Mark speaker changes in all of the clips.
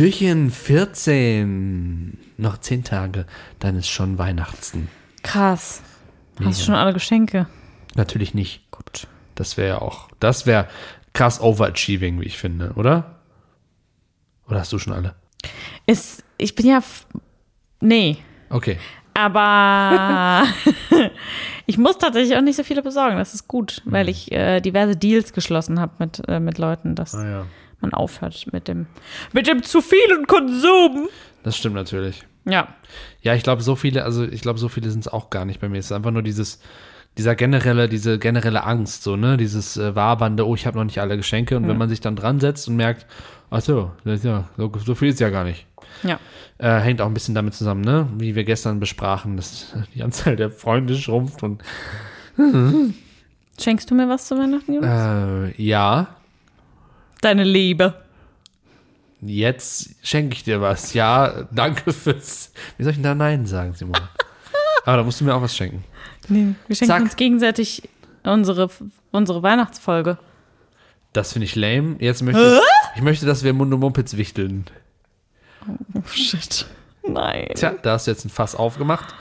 Speaker 1: Türchen 14. Noch zehn Tage, dann ist schon Weihnachten.
Speaker 2: Krass. Hast
Speaker 1: Mega.
Speaker 2: du schon alle Geschenke?
Speaker 1: Natürlich nicht.
Speaker 2: Gut.
Speaker 1: Das wäre ja auch, das wäre krass overachieving, wie ich finde, oder? Oder hast du schon alle?
Speaker 2: Ist, ich bin ja. f- Nee.
Speaker 1: Okay.
Speaker 2: Aber ich muss tatsächlich auch nicht so viele besorgen. Das ist gut,
Speaker 1: Mhm.
Speaker 2: weil ich äh, diverse Deals geschlossen habe mit, äh, mit Leuten, dass
Speaker 1: Naja.
Speaker 2: man aufhört mit dem, mit dem zu vielen Konsum.
Speaker 1: Das stimmt natürlich.
Speaker 2: Ja.
Speaker 1: Ja, ich glaube, so viele, also ich glaube, so viele sind es auch gar nicht bei mir. Es ist einfach nur dieses, dieser generelle, diese generelle Angst, so, ne? Dieses äh, wabernde, oh, ich habe noch nicht alle Geschenke. Und wenn man sich dann dran setzt und merkt, ach so, das ist ja, so, so viel ist ja gar nicht.
Speaker 2: Ja.
Speaker 1: Äh, hängt auch ein bisschen damit zusammen, ne? Wie wir gestern besprachen, dass die Anzahl der Freunde schrumpft und
Speaker 2: Schenkst du mir was zu Weihnachten, Jonas?
Speaker 1: äh, ja,
Speaker 2: Deine Liebe.
Speaker 1: jetzt schenke ich dir was. Ja, danke fürs. Wie soll ich denn da Nein sagen, Simone? Aber da musst du mir auch was schenken.
Speaker 2: Nee, wir schenken
Speaker 1: Zack.
Speaker 2: uns gegenseitig unsere, unsere Weihnachtsfolge.
Speaker 1: Das finde ich lame. Jetzt möchte ich, möchte, dass wir Mundo Mumpitz wichteln.
Speaker 2: Oh, shit. Nein.
Speaker 1: Tja, da hast du jetzt ein Fass aufgemacht.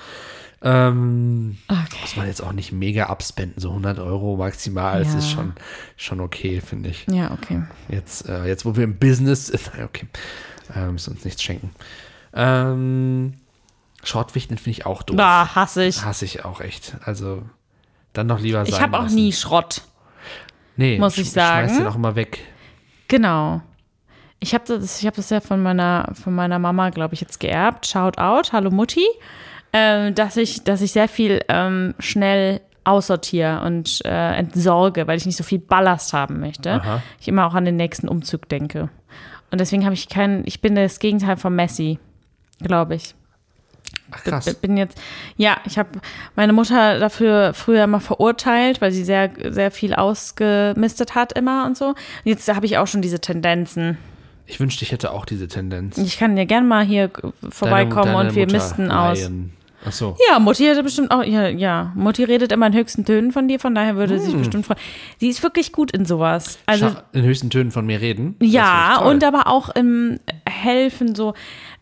Speaker 1: Ähm,
Speaker 2: Okay.
Speaker 1: muss man jetzt auch nicht mega abspenden, so 100 Euro maximal. Das
Speaker 2: Ja.
Speaker 1: ist schon, schon okay, finde ich.
Speaker 2: Ja, okay.
Speaker 1: Jetzt, äh, jetzt, wo wir im Business sind, Nein, okay, äh, müssen uns nichts schenken. Ähm, Shortwichteln finde ich auch doof.
Speaker 2: Da hasse ich.
Speaker 1: Hasse ich auch echt. Also dann doch lieber sein
Speaker 2: Ich habe auch
Speaker 1: lassen.
Speaker 2: nie Schrott.
Speaker 1: nee,
Speaker 2: muss ich sagen.
Speaker 1: Ich schmeiß den auch immer weg.
Speaker 2: Genau. Ich habe das, ich hab das ja von meiner, von meiner Mama, glaube ich, jetzt geerbt. Shout out, hallo Mutti. Ähm, dass, ich, dass ich sehr viel ähm, schnell aussortiere und äh, entsorge, weil ich nicht so viel Ballast haben möchte.
Speaker 1: Aha.
Speaker 2: Ich immer auch an den nächsten Umzug denke. Und deswegen habe ich keinen, ich bin das Gegenteil von Messi, glaube ich.
Speaker 1: Ach
Speaker 2: B-
Speaker 1: krass.
Speaker 2: b- bin jetzt, ja, ich habe meine Mutter dafür früher mal verurteilt, weil sie sehr, sehr viel ausgemistet hat immer und so. Und jetzt habe ich auch schon diese Tendenzen.
Speaker 1: Ich wünschte, ich hätte auch diese Tendenz.
Speaker 2: Ich kann ja gerne mal hier äh, vorbeikommen
Speaker 1: Deine- deine
Speaker 2: und wir
Speaker 1: Mutter
Speaker 2: misten aus.
Speaker 1: leihen. Ach so.
Speaker 2: Ja, Mutti hätte bestimmt auch, ja, ja, Mutti redet immer in höchsten Tönen von dir, von daher würde sie
Speaker 1: Hm.
Speaker 2: sich bestimmt freuen. Sie ist wirklich gut in sowas. Also,
Speaker 1: Scha- in höchsten Tönen von mir reden. Das
Speaker 2: ja,
Speaker 1: finde ich
Speaker 2: und
Speaker 1: toll.
Speaker 2: aber auch im Helfen so.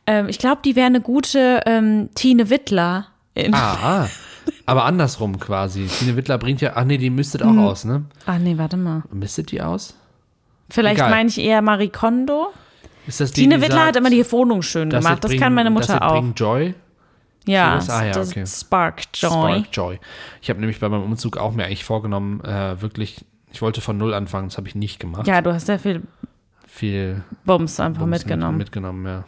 Speaker 2: Ähm, ich glaube, die wäre eine gute ähm, Tine Wittler. In, ah.
Speaker 1: Ah, ah. aber andersrum quasi. Tine Wittler bringt ja. Ach nee, die müsstet
Speaker 2: Mhm.
Speaker 1: auch aus, ne?
Speaker 2: Ach Ah, nee, warte mal.
Speaker 1: Mistet die aus?
Speaker 2: Vielleicht
Speaker 1: Egal.
Speaker 2: meine ich eher Marie Kondo.
Speaker 1: Ist das die,
Speaker 2: Tine
Speaker 1: die
Speaker 2: Wittler
Speaker 1: sagt,
Speaker 2: hat immer die Wohnung schön
Speaker 1: das
Speaker 2: gemacht.
Speaker 1: jetzt
Speaker 2: Das
Speaker 1: bringen-
Speaker 2: kann meine
Speaker 1: das
Speaker 2: Mutter
Speaker 1: jetzt
Speaker 2: auch.
Speaker 1: bringen Joy.
Speaker 2: Ja,
Speaker 1: das- ah, ja,
Speaker 2: das
Speaker 1: okay.
Speaker 2: Spark Joy.
Speaker 1: Spark Joy. Ich habe nämlich bei meinem Umzug auch mir eigentlich vorgenommen, äh, wirklich, ich wollte von null anfangen, das habe ich nicht gemacht.
Speaker 2: Ja, du hast sehr viel
Speaker 1: Viel
Speaker 2: Bums einfach
Speaker 1: Bums
Speaker 2: mitgenommen.
Speaker 1: Mitgenommen, ja.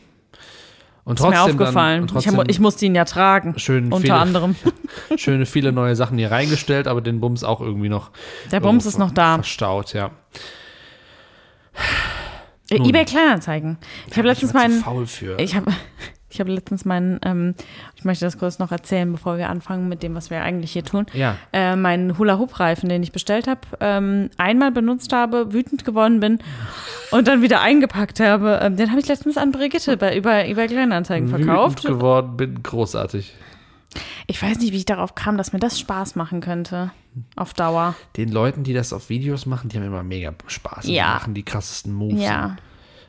Speaker 1: Und
Speaker 2: ist mir
Speaker 1: trotzdem dann,
Speaker 2: aufgefallen.
Speaker 1: und
Speaker 2: ich,
Speaker 1: trotzdem
Speaker 2: hab, ich musste ihn ja tragen.
Speaker 1: schön
Speaker 2: unter
Speaker 1: viele-
Speaker 2: anderem.
Speaker 1: schöne viele neue Sachen hier reingestellt, aber den Bums auch irgendwie noch.
Speaker 2: Der Bums ist noch da.
Speaker 1: Verstaut, ja.
Speaker 2: Äh, eBay Kleinanzeigen. Ich habe letztens
Speaker 1: ich war zu
Speaker 2: meinen.
Speaker 1: faul für.
Speaker 2: Ich habe ich hab letztens meinen. Ähm, ich möchte das kurz noch erzählen, bevor wir anfangen mit dem, was wir eigentlich hier tun.
Speaker 1: ja,
Speaker 2: äh, meinen Hula-Hoop-Reifen, den ich bestellt habe, ähm, einmal benutzt habe, wütend geworden bin und dann wieder eingepackt habe. Ähm, den habe ich letztens an Brigitte bei, über, über Kleinanzeigen verkauft.
Speaker 1: wütend geworden bin, großartig.
Speaker 2: Ich weiß nicht, wie ich darauf kam, dass mir das Spaß machen könnte. Auf Dauer.
Speaker 1: Den Leuten, die das auf Videos machen, die haben immer mega Spaß. Die
Speaker 2: Ja.
Speaker 1: machen die krassesten Moves.
Speaker 2: Ja.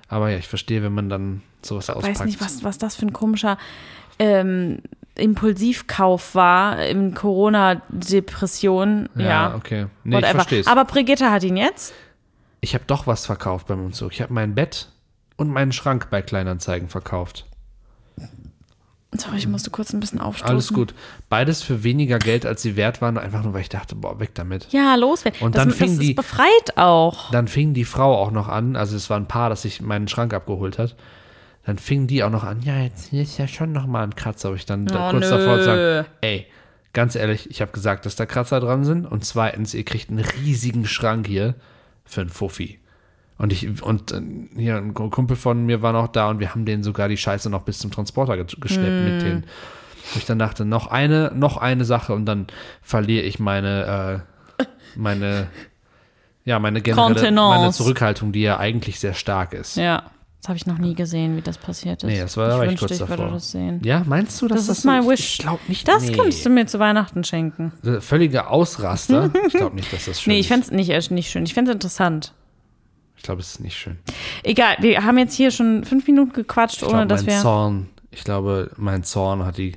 Speaker 1: Aber ja, ich verstehe, wenn man dann sowas auspackt.
Speaker 2: Weiß nicht, was, was das für ein komischer ähm, Impulsivkauf war in Corona-Depression. Ja.
Speaker 1: ja, okay. Nee, ich
Speaker 2: Whatever.
Speaker 1: verstehe es.
Speaker 2: Aber Brigitte hat ihn jetzt.
Speaker 1: Ich habe doch was verkauft beim Umzug. Ich habe mein Bett und meinen Schrank bei Kleinanzeigen verkauft.
Speaker 2: Sorry, ich musste kurz ein bisschen aufstoßen.
Speaker 1: Mhm. Alles gut. Beides für weniger Geld, als sie wert waren, einfach nur, weil ich dachte, boah, weg damit.
Speaker 2: Ja, loswerden.
Speaker 1: Und
Speaker 2: das,
Speaker 1: dann
Speaker 2: das
Speaker 1: fing
Speaker 2: ist
Speaker 1: die-
Speaker 2: befreit auch.
Speaker 1: Dann fing die Frau auch noch an, also es war ein Paar, das sich meinen Schrank abgeholt hat. Dann fing die auch noch an, ja, jetzt hier ist ja schon nochmal ein Kratzer. Ob ich dann da
Speaker 2: Oh,
Speaker 1: kurz
Speaker 2: nö.
Speaker 1: davor sage, ey, ganz ehrlich, ich habe gesagt, dass da Kratzer dran sind. Und zweitens, ihr kriegt einen riesigen Schrank hier für einen Fuffi. Und ich, und äh, hier ein Kumpel von mir war noch da und wir haben denen sogar die Scheiße noch bis zum Transporter ge- geschleppt
Speaker 2: Mm.
Speaker 1: mit denen. Wo ich dann dachte, noch eine, noch eine Sache und dann verliere ich meine, äh, meine, ja, meine generelle,
Speaker 2: Kontenance.
Speaker 1: meine Zurückhaltung, die ja eigentlich sehr stark ist. Ja,
Speaker 2: Ja. Das habe ich noch nie gesehen, wie das passiert ist.
Speaker 1: Nee, das war- da war ich
Speaker 2: wünschte,
Speaker 1: kurz
Speaker 2: ich würde
Speaker 1: davor.
Speaker 2: das sehen.
Speaker 1: meinst du, dass
Speaker 2: Das,
Speaker 1: das,
Speaker 2: ist
Speaker 1: so-
Speaker 2: mein
Speaker 1: ich-
Speaker 2: Wish.
Speaker 1: Ich glaube nicht,
Speaker 2: das
Speaker 1: nee.
Speaker 2: könntest du mir zu Weihnachten schenken.
Speaker 1: Äh, Völliger Ausraster. Ich glaube nicht, dass das schön
Speaker 2: Nee, ich
Speaker 1: ist.
Speaker 2: fände es nicht, echt nicht schön. Ich fände es interessant.
Speaker 1: Ich glaube, es ist nicht schön.
Speaker 2: Egal, wir haben jetzt hier schon fünf Minuten gequatscht,
Speaker 1: Ich
Speaker 2: ohne
Speaker 1: glaube,
Speaker 2: dass
Speaker 1: mein
Speaker 2: wir.
Speaker 1: Zorn, ich glaube, mein Zorn hat die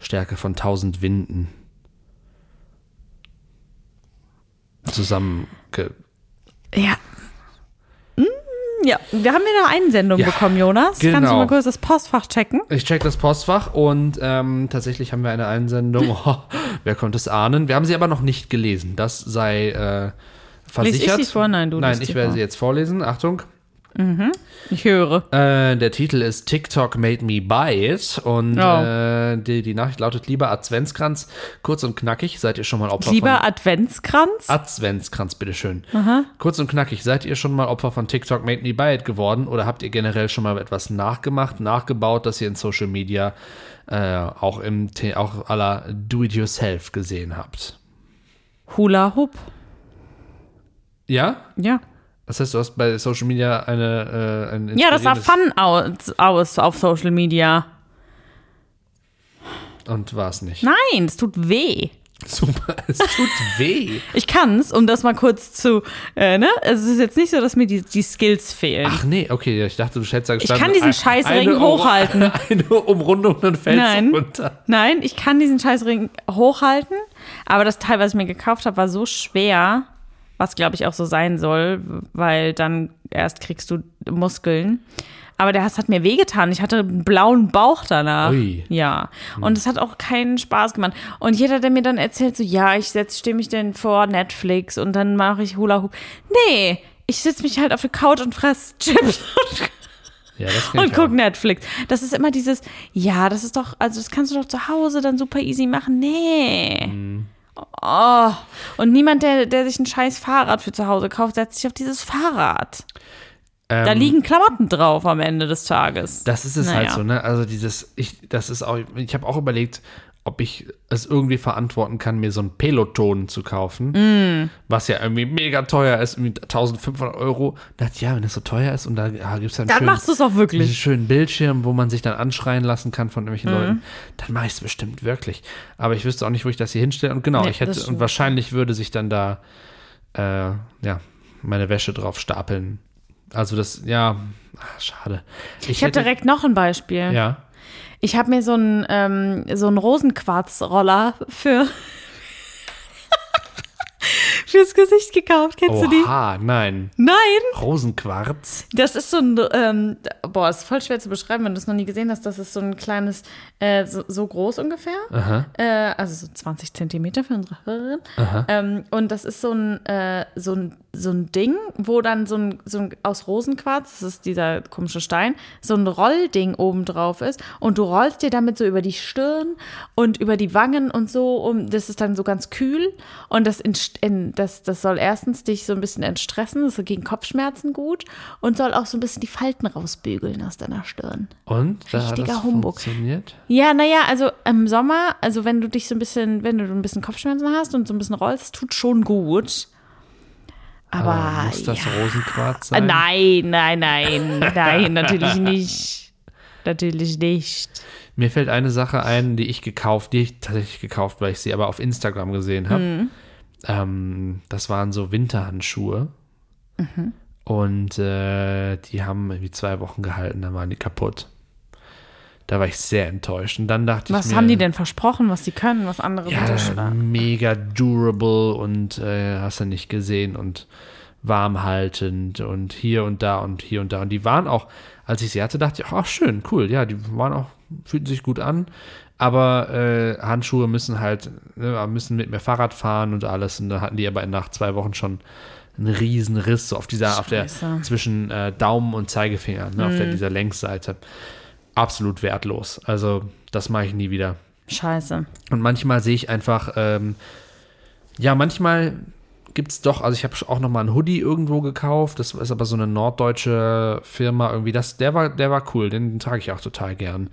Speaker 1: Stärke von tausend Winden zusammen.
Speaker 2: Ja. Mm, Ja, wir haben wieder eine Einsendung
Speaker 1: Ja,
Speaker 2: bekommen, Jonas. Kannst
Speaker 1: genau.
Speaker 2: du mal kurz das Postfach checken?
Speaker 1: Ich check das Postfach und ähm, tatsächlich haben wir eine Einsendung. Oh, wer konnte es ahnen? Wir haben sie aber noch nicht gelesen. Das sei äh,
Speaker 2: Lies ich
Speaker 1: versichert.
Speaker 2: sie vor? Nein, du
Speaker 1: Nein,
Speaker 2: liest
Speaker 1: ich
Speaker 2: sie
Speaker 1: werde
Speaker 2: vor.
Speaker 1: sie jetzt vorlesen. Achtung.
Speaker 2: Ich höre.
Speaker 1: Äh, der Titel ist TikTok Made Me Buy It und
Speaker 2: Oh.
Speaker 1: äh, die, die Nachricht lautet lieber Adventskranz, kurz und knackig, seid ihr schon mal Opfer
Speaker 2: Lieber
Speaker 1: von
Speaker 2: Adventskranz?
Speaker 1: Ah. Adventskranz, bitteschön. Kurz und knackig, seid ihr schon mal Opfer von TikTok Made Me Buy It geworden oder habt ihr generell schon mal etwas nachgemacht, nachgebaut, das ihr in Social Media äh, auch im The- auch aller Do-it-yourself gesehen habt?
Speaker 2: Hula Hoop.
Speaker 1: Ja?
Speaker 2: Ja.
Speaker 1: Das heißt, du hast bei Social Media eine äh, ein
Speaker 2: Ja, das sah
Speaker 1: inspirierendes-
Speaker 2: fun aus, aus auf Social Media.
Speaker 1: und war es nicht.
Speaker 2: Nein, es tut weh.
Speaker 1: Super, es tut weh.
Speaker 2: Ich kann's, um das mal kurz zu, äh, ne? Also es ist jetzt nicht so, dass mir die, die Skills fehlen.
Speaker 1: Ach nee, okay, ja, ich dachte, du hättest da
Speaker 2: kann
Speaker 1: gestanden.
Speaker 2: diesen
Speaker 1: ein-
Speaker 2: Scheißring
Speaker 1: eine Um-
Speaker 2: hochhalten.
Speaker 1: Eine Umrundung, dann fällt
Speaker 2: Nein.
Speaker 1: runter.
Speaker 2: Nein, ich kann diesen Scheißring hochhalten, aber das Teil, was ich mir gekauft habe, war so schwer, was glaube ich auch so sein soll, weil dann erst kriegst du Muskeln. Aber der Hass hat mir wehgetan. Ich hatte einen blauen Bauch danach.
Speaker 1: Ui. Hm.
Speaker 2: Ja. Und es hat auch keinen Spaß gemacht. Und jeder, der mir dann erzählt, so, ja, ich setz, stehe mich denn vor Netflix und dann mache ich Hula Hoop. Nee, ich sitze mich halt auf die Couch und fress Chips
Speaker 1: Ja, das kenn
Speaker 2: und
Speaker 1: ich auch.
Speaker 2: guck Netflix. Das ist immer dieses, ja, das ist doch, also das kannst du doch zu Hause dann super easy machen. Nee. Oh. Und niemand, der, der sich ein scheiß Fahrrad für zu Hause kauft, setzt sich auf dieses Fahrrad.
Speaker 1: Ähm,
Speaker 2: Da liegen Klamotten drauf am Ende des Tages.
Speaker 1: Das ist es
Speaker 2: Naja.
Speaker 1: halt so, ne? Also dieses, ich, das ist auch, ich habe auch überlegt, ob ich es irgendwie verantworten kann, mir so ein Peloton zu kaufen,
Speaker 2: Mm.
Speaker 1: was ja irgendwie mega teuer ist, irgendwie 1500 Euro. Da dachte ich, ja, wenn das so teuer ist und da ja, gibt es dann
Speaker 2: dann machst du es auch
Speaker 1: diesen
Speaker 2: wirklich. Mhm.
Speaker 1: schönen Bildschirm, wo man sich dann anschreien lassen kann von irgendwelchen Leuten, dann mache ich es bestimmt wirklich. Aber ich wüsste auch nicht, wo ich das hier hinstelle. Und genau,
Speaker 2: Nee,
Speaker 1: ich hätte,
Speaker 2: das stimmt.
Speaker 1: und wahrscheinlich würde sich dann da, äh, ja, meine Wäsche drauf stapeln. Also das, ja, ach, schade.
Speaker 2: Ich habe direkt noch ein Beispiel.
Speaker 1: ja,
Speaker 2: Ich habe mir so einen, ähm, so einen Rosenquarzroller für fürs Gesicht gekauft. Kennst du die?
Speaker 1: oha, nein.
Speaker 2: Nein.
Speaker 1: Rosenquarz.
Speaker 2: Das ist so ein, ähm, boah, ist voll schwer zu beschreiben, wenn du es noch nie gesehen hast. Das ist so ein kleines, äh, so, so groß ungefähr. Äh, also so 20 Zentimeter für unsere Hörerin. Ähm, und das ist so ein, äh, so ein, so ein Ding, wo dann so ein, so ein, aus Rosenquarz, das ist dieser komische Stein, so ein Rollding oben drauf ist. Und du rollst dir damit so über die Stirn und über die Wangen und so. Um, das ist dann so ganz kühl. Und das, entst- in, das, das soll erstens dich so ein bisschen entstressen, das ist so gegen Kopfschmerzen gut. Und soll auch so ein bisschen die Falten rausbügeln aus deiner Stirn.
Speaker 1: Und da hat
Speaker 2: Richtiger
Speaker 1: das
Speaker 2: Humbug.
Speaker 1: funktioniert.
Speaker 2: Ja, naja, also im Sommer, also wenn du dich so ein bisschen, wenn du ein bisschen Kopfschmerzen hast und so ein bisschen rollst, tut schon gut. Aber.
Speaker 1: Aber Ah, muss das
Speaker 2: ja.
Speaker 1: Rosenquarz
Speaker 2: Äh,
Speaker 1: sein?
Speaker 2: Nein, nein, nein, nein, natürlich nicht. Natürlich nicht.
Speaker 1: Mir fällt eine Sache ein, die ich gekauft, die ich tatsächlich gekauft, weil ich sie aber auf Instagram gesehen habe.
Speaker 2: Mhm.
Speaker 1: Ähm, das waren so Winterhandschuhe.
Speaker 2: Mhm.
Speaker 1: Und äh, die haben irgendwie zwei Wochen gehalten, dann waren die kaputt. Da war ich sehr enttäuscht. Und dann dachte ich
Speaker 2: Was
Speaker 1: mir,
Speaker 2: haben die denn versprochen, was sie können, was andere sind?
Speaker 1: Ja, mega durable und äh, hast du nicht gesehen und warmhaltend und hier und da und hier und da. Und die waren auch, als ich sie hatte, dachte ich, ach schön, cool, ja, die waren auch, fühlten sich gut an. Aber äh, Handschuhe müssen halt, ne, müssen mit mir Fahrrad fahren und alles. Und da hatten die aber nach zwei Wochen schon einen riesen Riss, so auf dieser, auf der,
Speaker 2: Scheiße. Mhm.
Speaker 1: zwischen äh, Daumen und Zeigefinger, ne, auf der, dieser Längsseite. Absolut wertlos. Also, das mache ich nie wieder.
Speaker 2: Scheiße.
Speaker 1: Und manchmal sehe ich einfach, ähm, ja, manchmal gibt es doch, also ich habe auch noch mal einen Hoodie irgendwo gekauft, das ist aber so eine norddeutsche Firma irgendwie, das, der war, der war cool, den trage ich auch total gern.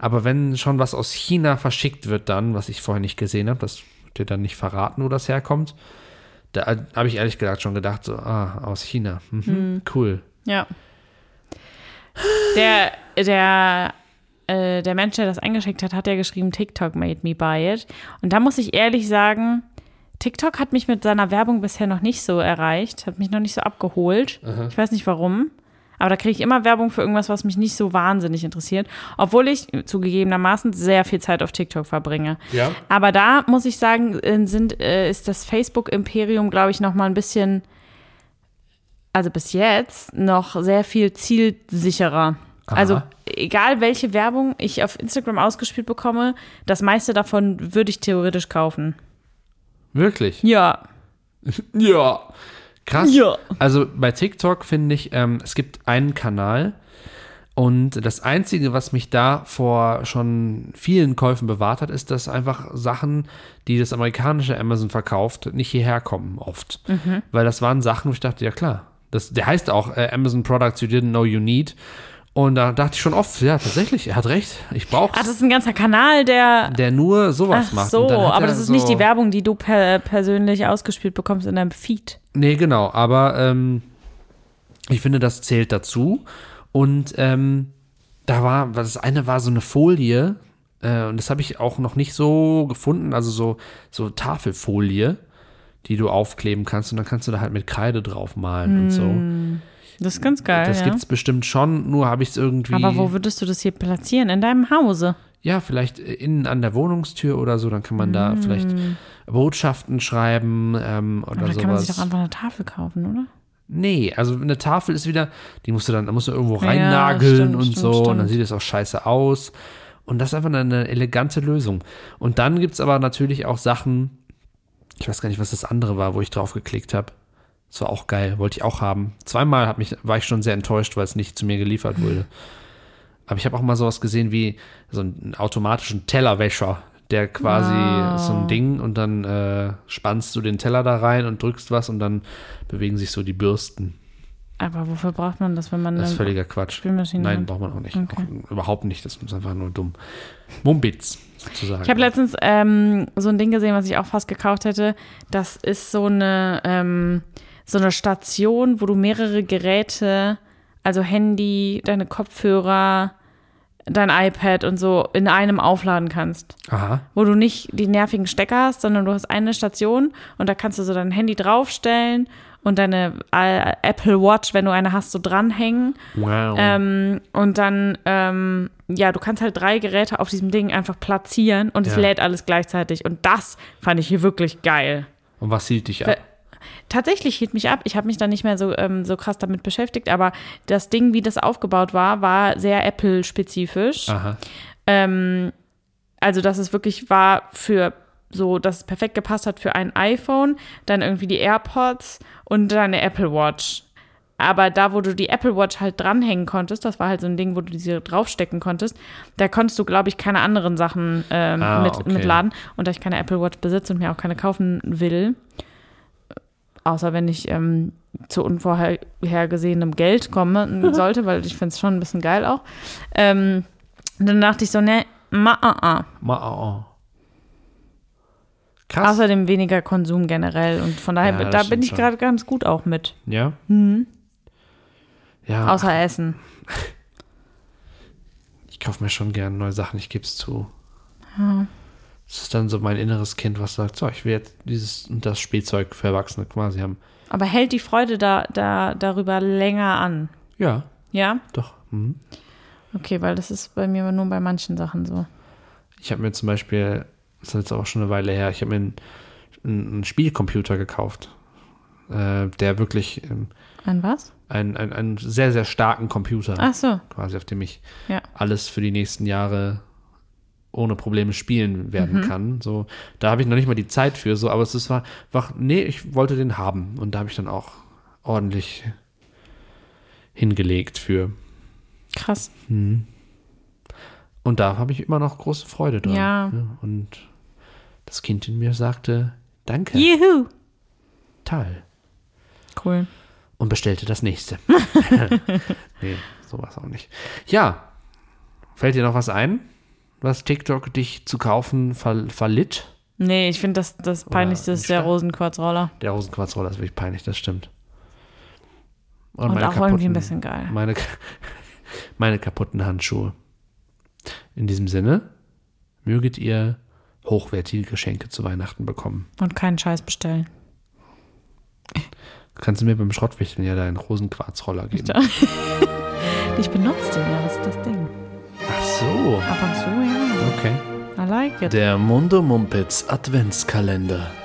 Speaker 1: Aber wenn schon was aus China verschickt wird dann, was ich vorher nicht gesehen habe, das wird dir dann nicht verraten, wo das herkommt, da habe ich ehrlich gesagt schon gedacht, so, ah, aus China, mhm, cool.
Speaker 2: Ja. Der, der, äh, der Mensch, der das eingeschickt hat, hat ja geschrieben, TikTok made me buy it. Und da muss ich ehrlich sagen, TikTok hat mich mit seiner Werbung bisher noch nicht so erreicht, hat mich noch nicht so abgeholt. Ich weiß nicht warum. Aber da kriege ich immer Werbung für irgendwas, was mich nicht so wahnsinnig interessiert. Obwohl ich zugegebenermaßen sehr viel Zeit auf TikTok verbringe.
Speaker 1: Ja.
Speaker 2: Aber da muss ich sagen, äh, sind, äh, ist das Facebook-Imperium, glaube ich, noch mal ein bisschen, also bis jetzt, noch sehr viel zielsicherer. Also egal, welche Werbung ich auf Instagram ausgespielt bekomme, das meiste davon würde ich theoretisch kaufen.
Speaker 1: Wirklich?
Speaker 2: Ja,
Speaker 1: Ja. Krass.
Speaker 2: Ja.
Speaker 1: Also bei TikTok finde ich, ähm, es gibt einen Kanal und das Einzige, was mich da vor schon vielen Käufen bewahrt hat, ist, dass einfach Sachen, die das amerikanische Amazon verkauft, nicht hierher kommen oft.
Speaker 2: Mhm.
Speaker 1: Weil das waren Sachen, wo ich dachte, ja klar, das, der heißt auch äh, Amazon Products You Didn't Know You Need. Und da dachte ich schon oft, ja tatsächlich, er hat recht, ich brauche
Speaker 2: Ah, das ist ein ganzer Kanal, der.
Speaker 1: der nur sowas
Speaker 2: Ach
Speaker 1: macht.
Speaker 2: so,
Speaker 1: Und dann hat
Speaker 2: aber
Speaker 1: er
Speaker 2: das ist nicht
Speaker 1: so-
Speaker 2: die Werbung, die du per, persönlich ausgespielt bekommst in deinem Feed.
Speaker 1: Nee, genau, aber ähm, ich finde, das zählt dazu. Und ähm, da war, das eine war so eine Folie, äh, und das habe ich auch noch nicht so gefunden, also so, so Tafelfolie, die du aufkleben kannst und dann kannst du da halt mit Kreide drauf malen und so.
Speaker 2: Das ist ganz Hm, geil.
Speaker 1: Das
Speaker 2: ja.
Speaker 1: gibt's bestimmt schon, nur habe ich es irgendwie.
Speaker 2: aber wo würdest du das hier platzieren? In deinem Hause.
Speaker 1: ja, vielleicht äh, innen an der Wohnungstür oder so, dann kann man
Speaker 2: Hm.
Speaker 1: da vielleicht Botschaften schreiben ähm, oder
Speaker 2: Aber da
Speaker 1: sowas.
Speaker 2: kann man sich doch einfach eine Tafel kaufen, oder?
Speaker 1: Nee, also eine Tafel ist wieder, die musst du dann, da musst du irgendwo
Speaker 2: Ja,
Speaker 1: reinnageln
Speaker 2: stimmt,
Speaker 1: und
Speaker 2: stimmt,
Speaker 1: so. Und dann
Speaker 2: stimmt.
Speaker 1: sieht es auch scheiße aus. Und das ist einfach eine elegante Lösung. Und dann gibt es aber natürlich auch Sachen, ich weiß gar nicht, was das andere war, wo ich drauf geklickt habe. Das war auch geil, wollte ich auch haben. Zweimal hat mich, war ich schon sehr enttäuscht, weil es nicht zu mir geliefert wurde. Aber ich habe auch mal sowas gesehen wie so einen automatischen Tellerwäscher, der quasi
Speaker 2: Ah.
Speaker 1: so ein Ding und dann äh, spannst du den Teller da rein und drückst was und dann bewegen sich so die Bürsten.
Speaker 2: Aber wofür braucht man das, wenn man.
Speaker 1: Das ist
Speaker 2: dann-
Speaker 1: völliger Quatsch.
Speaker 2: Spülmaschine
Speaker 1: Nein,
Speaker 2: hat.
Speaker 1: braucht man auch nicht.
Speaker 2: Okay.
Speaker 1: Auch, überhaupt nicht. Das ist einfach nur dumm. Mumbitz, sozusagen.
Speaker 2: Ich habe letztens ähm, so ein Ding gesehen, was ich auch fast gekauft hätte. Das ist so eine, ähm, so eine Station, wo du mehrere Geräte, also Handy, deine Kopfhörer, dein iPad und so in einem aufladen kannst.
Speaker 1: Aha.
Speaker 2: Wo du nicht die nervigen Stecker hast, sondern du hast eine Station und da kannst du so dein Handy draufstellen und deine äh, Apple Watch, wenn du eine hast, so dranhängen.
Speaker 1: Wow.
Speaker 2: Ähm, und dann, ähm, ja, du kannst halt drei Geräte auf diesem Ding einfach platzieren und es
Speaker 1: Ja.
Speaker 2: lädt alles gleichzeitig. Und das fand ich hier wirklich geil.
Speaker 1: Und was hielt dich ab?
Speaker 2: Tatsächlich hielt mich ab. Ich habe mich da nicht mehr so, ähm, so krass damit beschäftigt, aber das Ding, wie das aufgebaut war, war sehr Apple-spezifisch.
Speaker 1: Aha.
Speaker 2: Ähm, also, dass es wirklich war für so, dass es perfekt gepasst hat für ein iPhone, dann irgendwie die AirPods und dann eine Apple Watch. Aber da, wo du die Apple Watch halt dranhängen konntest, das war halt so ein Ding, wo du diese draufstecken konntest, da konntest du, glaube ich, keine anderen Sachen ähm,
Speaker 1: Ah,
Speaker 2: mit,
Speaker 1: okay.
Speaker 2: mit laden. Und da ich keine Apple Watch besitze und mir auch keine kaufen will, außer wenn ich ähm, zu unvorhergesehenem Geld kommen sollte, weil ich finde es schon ein bisschen geil auch, ähm, dann dachte ich so, ne, ma, ah, ah.
Speaker 1: Ma, ah, ah. Krass.
Speaker 2: Außerdem weniger Konsum generell und von daher,
Speaker 1: Ja, das
Speaker 2: da bin
Speaker 1: stimmt
Speaker 2: ich gerade ganz gut auch mit.
Speaker 1: ja? Ja,
Speaker 2: Außer Essen.
Speaker 1: ich kaufe mir schon gerne neue Sachen, ich gebe es zu. Das ist dann so mein inneres Kind, was sagt, so, ich will jetzt dieses und das Spielzeug für Erwachsene quasi haben.
Speaker 2: Aber hält die Freude da, da, darüber länger an?
Speaker 1: Ja,
Speaker 2: Ja?
Speaker 1: doch. Mhm.
Speaker 2: Okay, weil das ist bei mir nur bei manchen Sachen so.
Speaker 1: Ich habe mir zum Beispiel, das ist jetzt auch schon eine Weile her, ich habe mir einen, einen einen Spielcomputer gekauft, äh, der wirklich ähm,
Speaker 2: Ein was?
Speaker 1: einen, einen, einen sehr, sehr starken Computer,
Speaker 2: Ach so,
Speaker 1: quasi auf dem ich
Speaker 2: ja.
Speaker 1: alles für die nächsten Jahre ohne Probleme spielen werden kann. So, da habe ich noch nicht mal die Zeit für, so, aber es ist war, war, nee, ich wollte den haben und da habe ich dann auch ordentlich hingelegt für.
Speaker 2: Krass.
Speaker 1: Und da habe ich immer noch große Freude dran. ne?
Speaker 2: Ja.
Speaker 1: Und das Kind in mir sagte, danke,
Speaker 2: Juhu!
Speaker 1: toll.
Speaker 2: Cool.
Speaker 1: Und bestellte das nächste. nee, sowas auch nicht. Ja, fällt dir noch was ein, was TikTok dich zu kaufen ver verlitt?
Speaker 2: Nee, ich finde das, das Peinlichste
Speaker 1: ein
Speaker 2: ist der
Speaker 1: Stein.
Speaker 2: Rosenquarzroller.
Speaker 1: Der Rosenquarzroller ist wirklich peinlich, das stimmt.
Speaker 2: Und,
Speaker 1: meine
Speaker 2: auch irgendwie
Speaker 1: kaputten-
Speaker 2: ein bisschen geil.
Speaker 1: Meine, meine kaputten Handschuhe. In diesem Sinne, möget ihr hochwertige Geschenke zu Weihnachten bekommen.
Speaker 2: Und keinen Scheiß bestellen.
Speaker 1: Kannst du mir beim Schrottwichteln ja deinen Rosenquarzroller geben?
Speaker 2: Ich benutze den ja, das ist das Ding.
Speaker 1: Ach so.
Speaker 2: Ab und zu, ja.
Speaker 1: Okay.
Speaker 2: I like it.
Speaker 1: Der Mundo Mumpitz Adventskalender.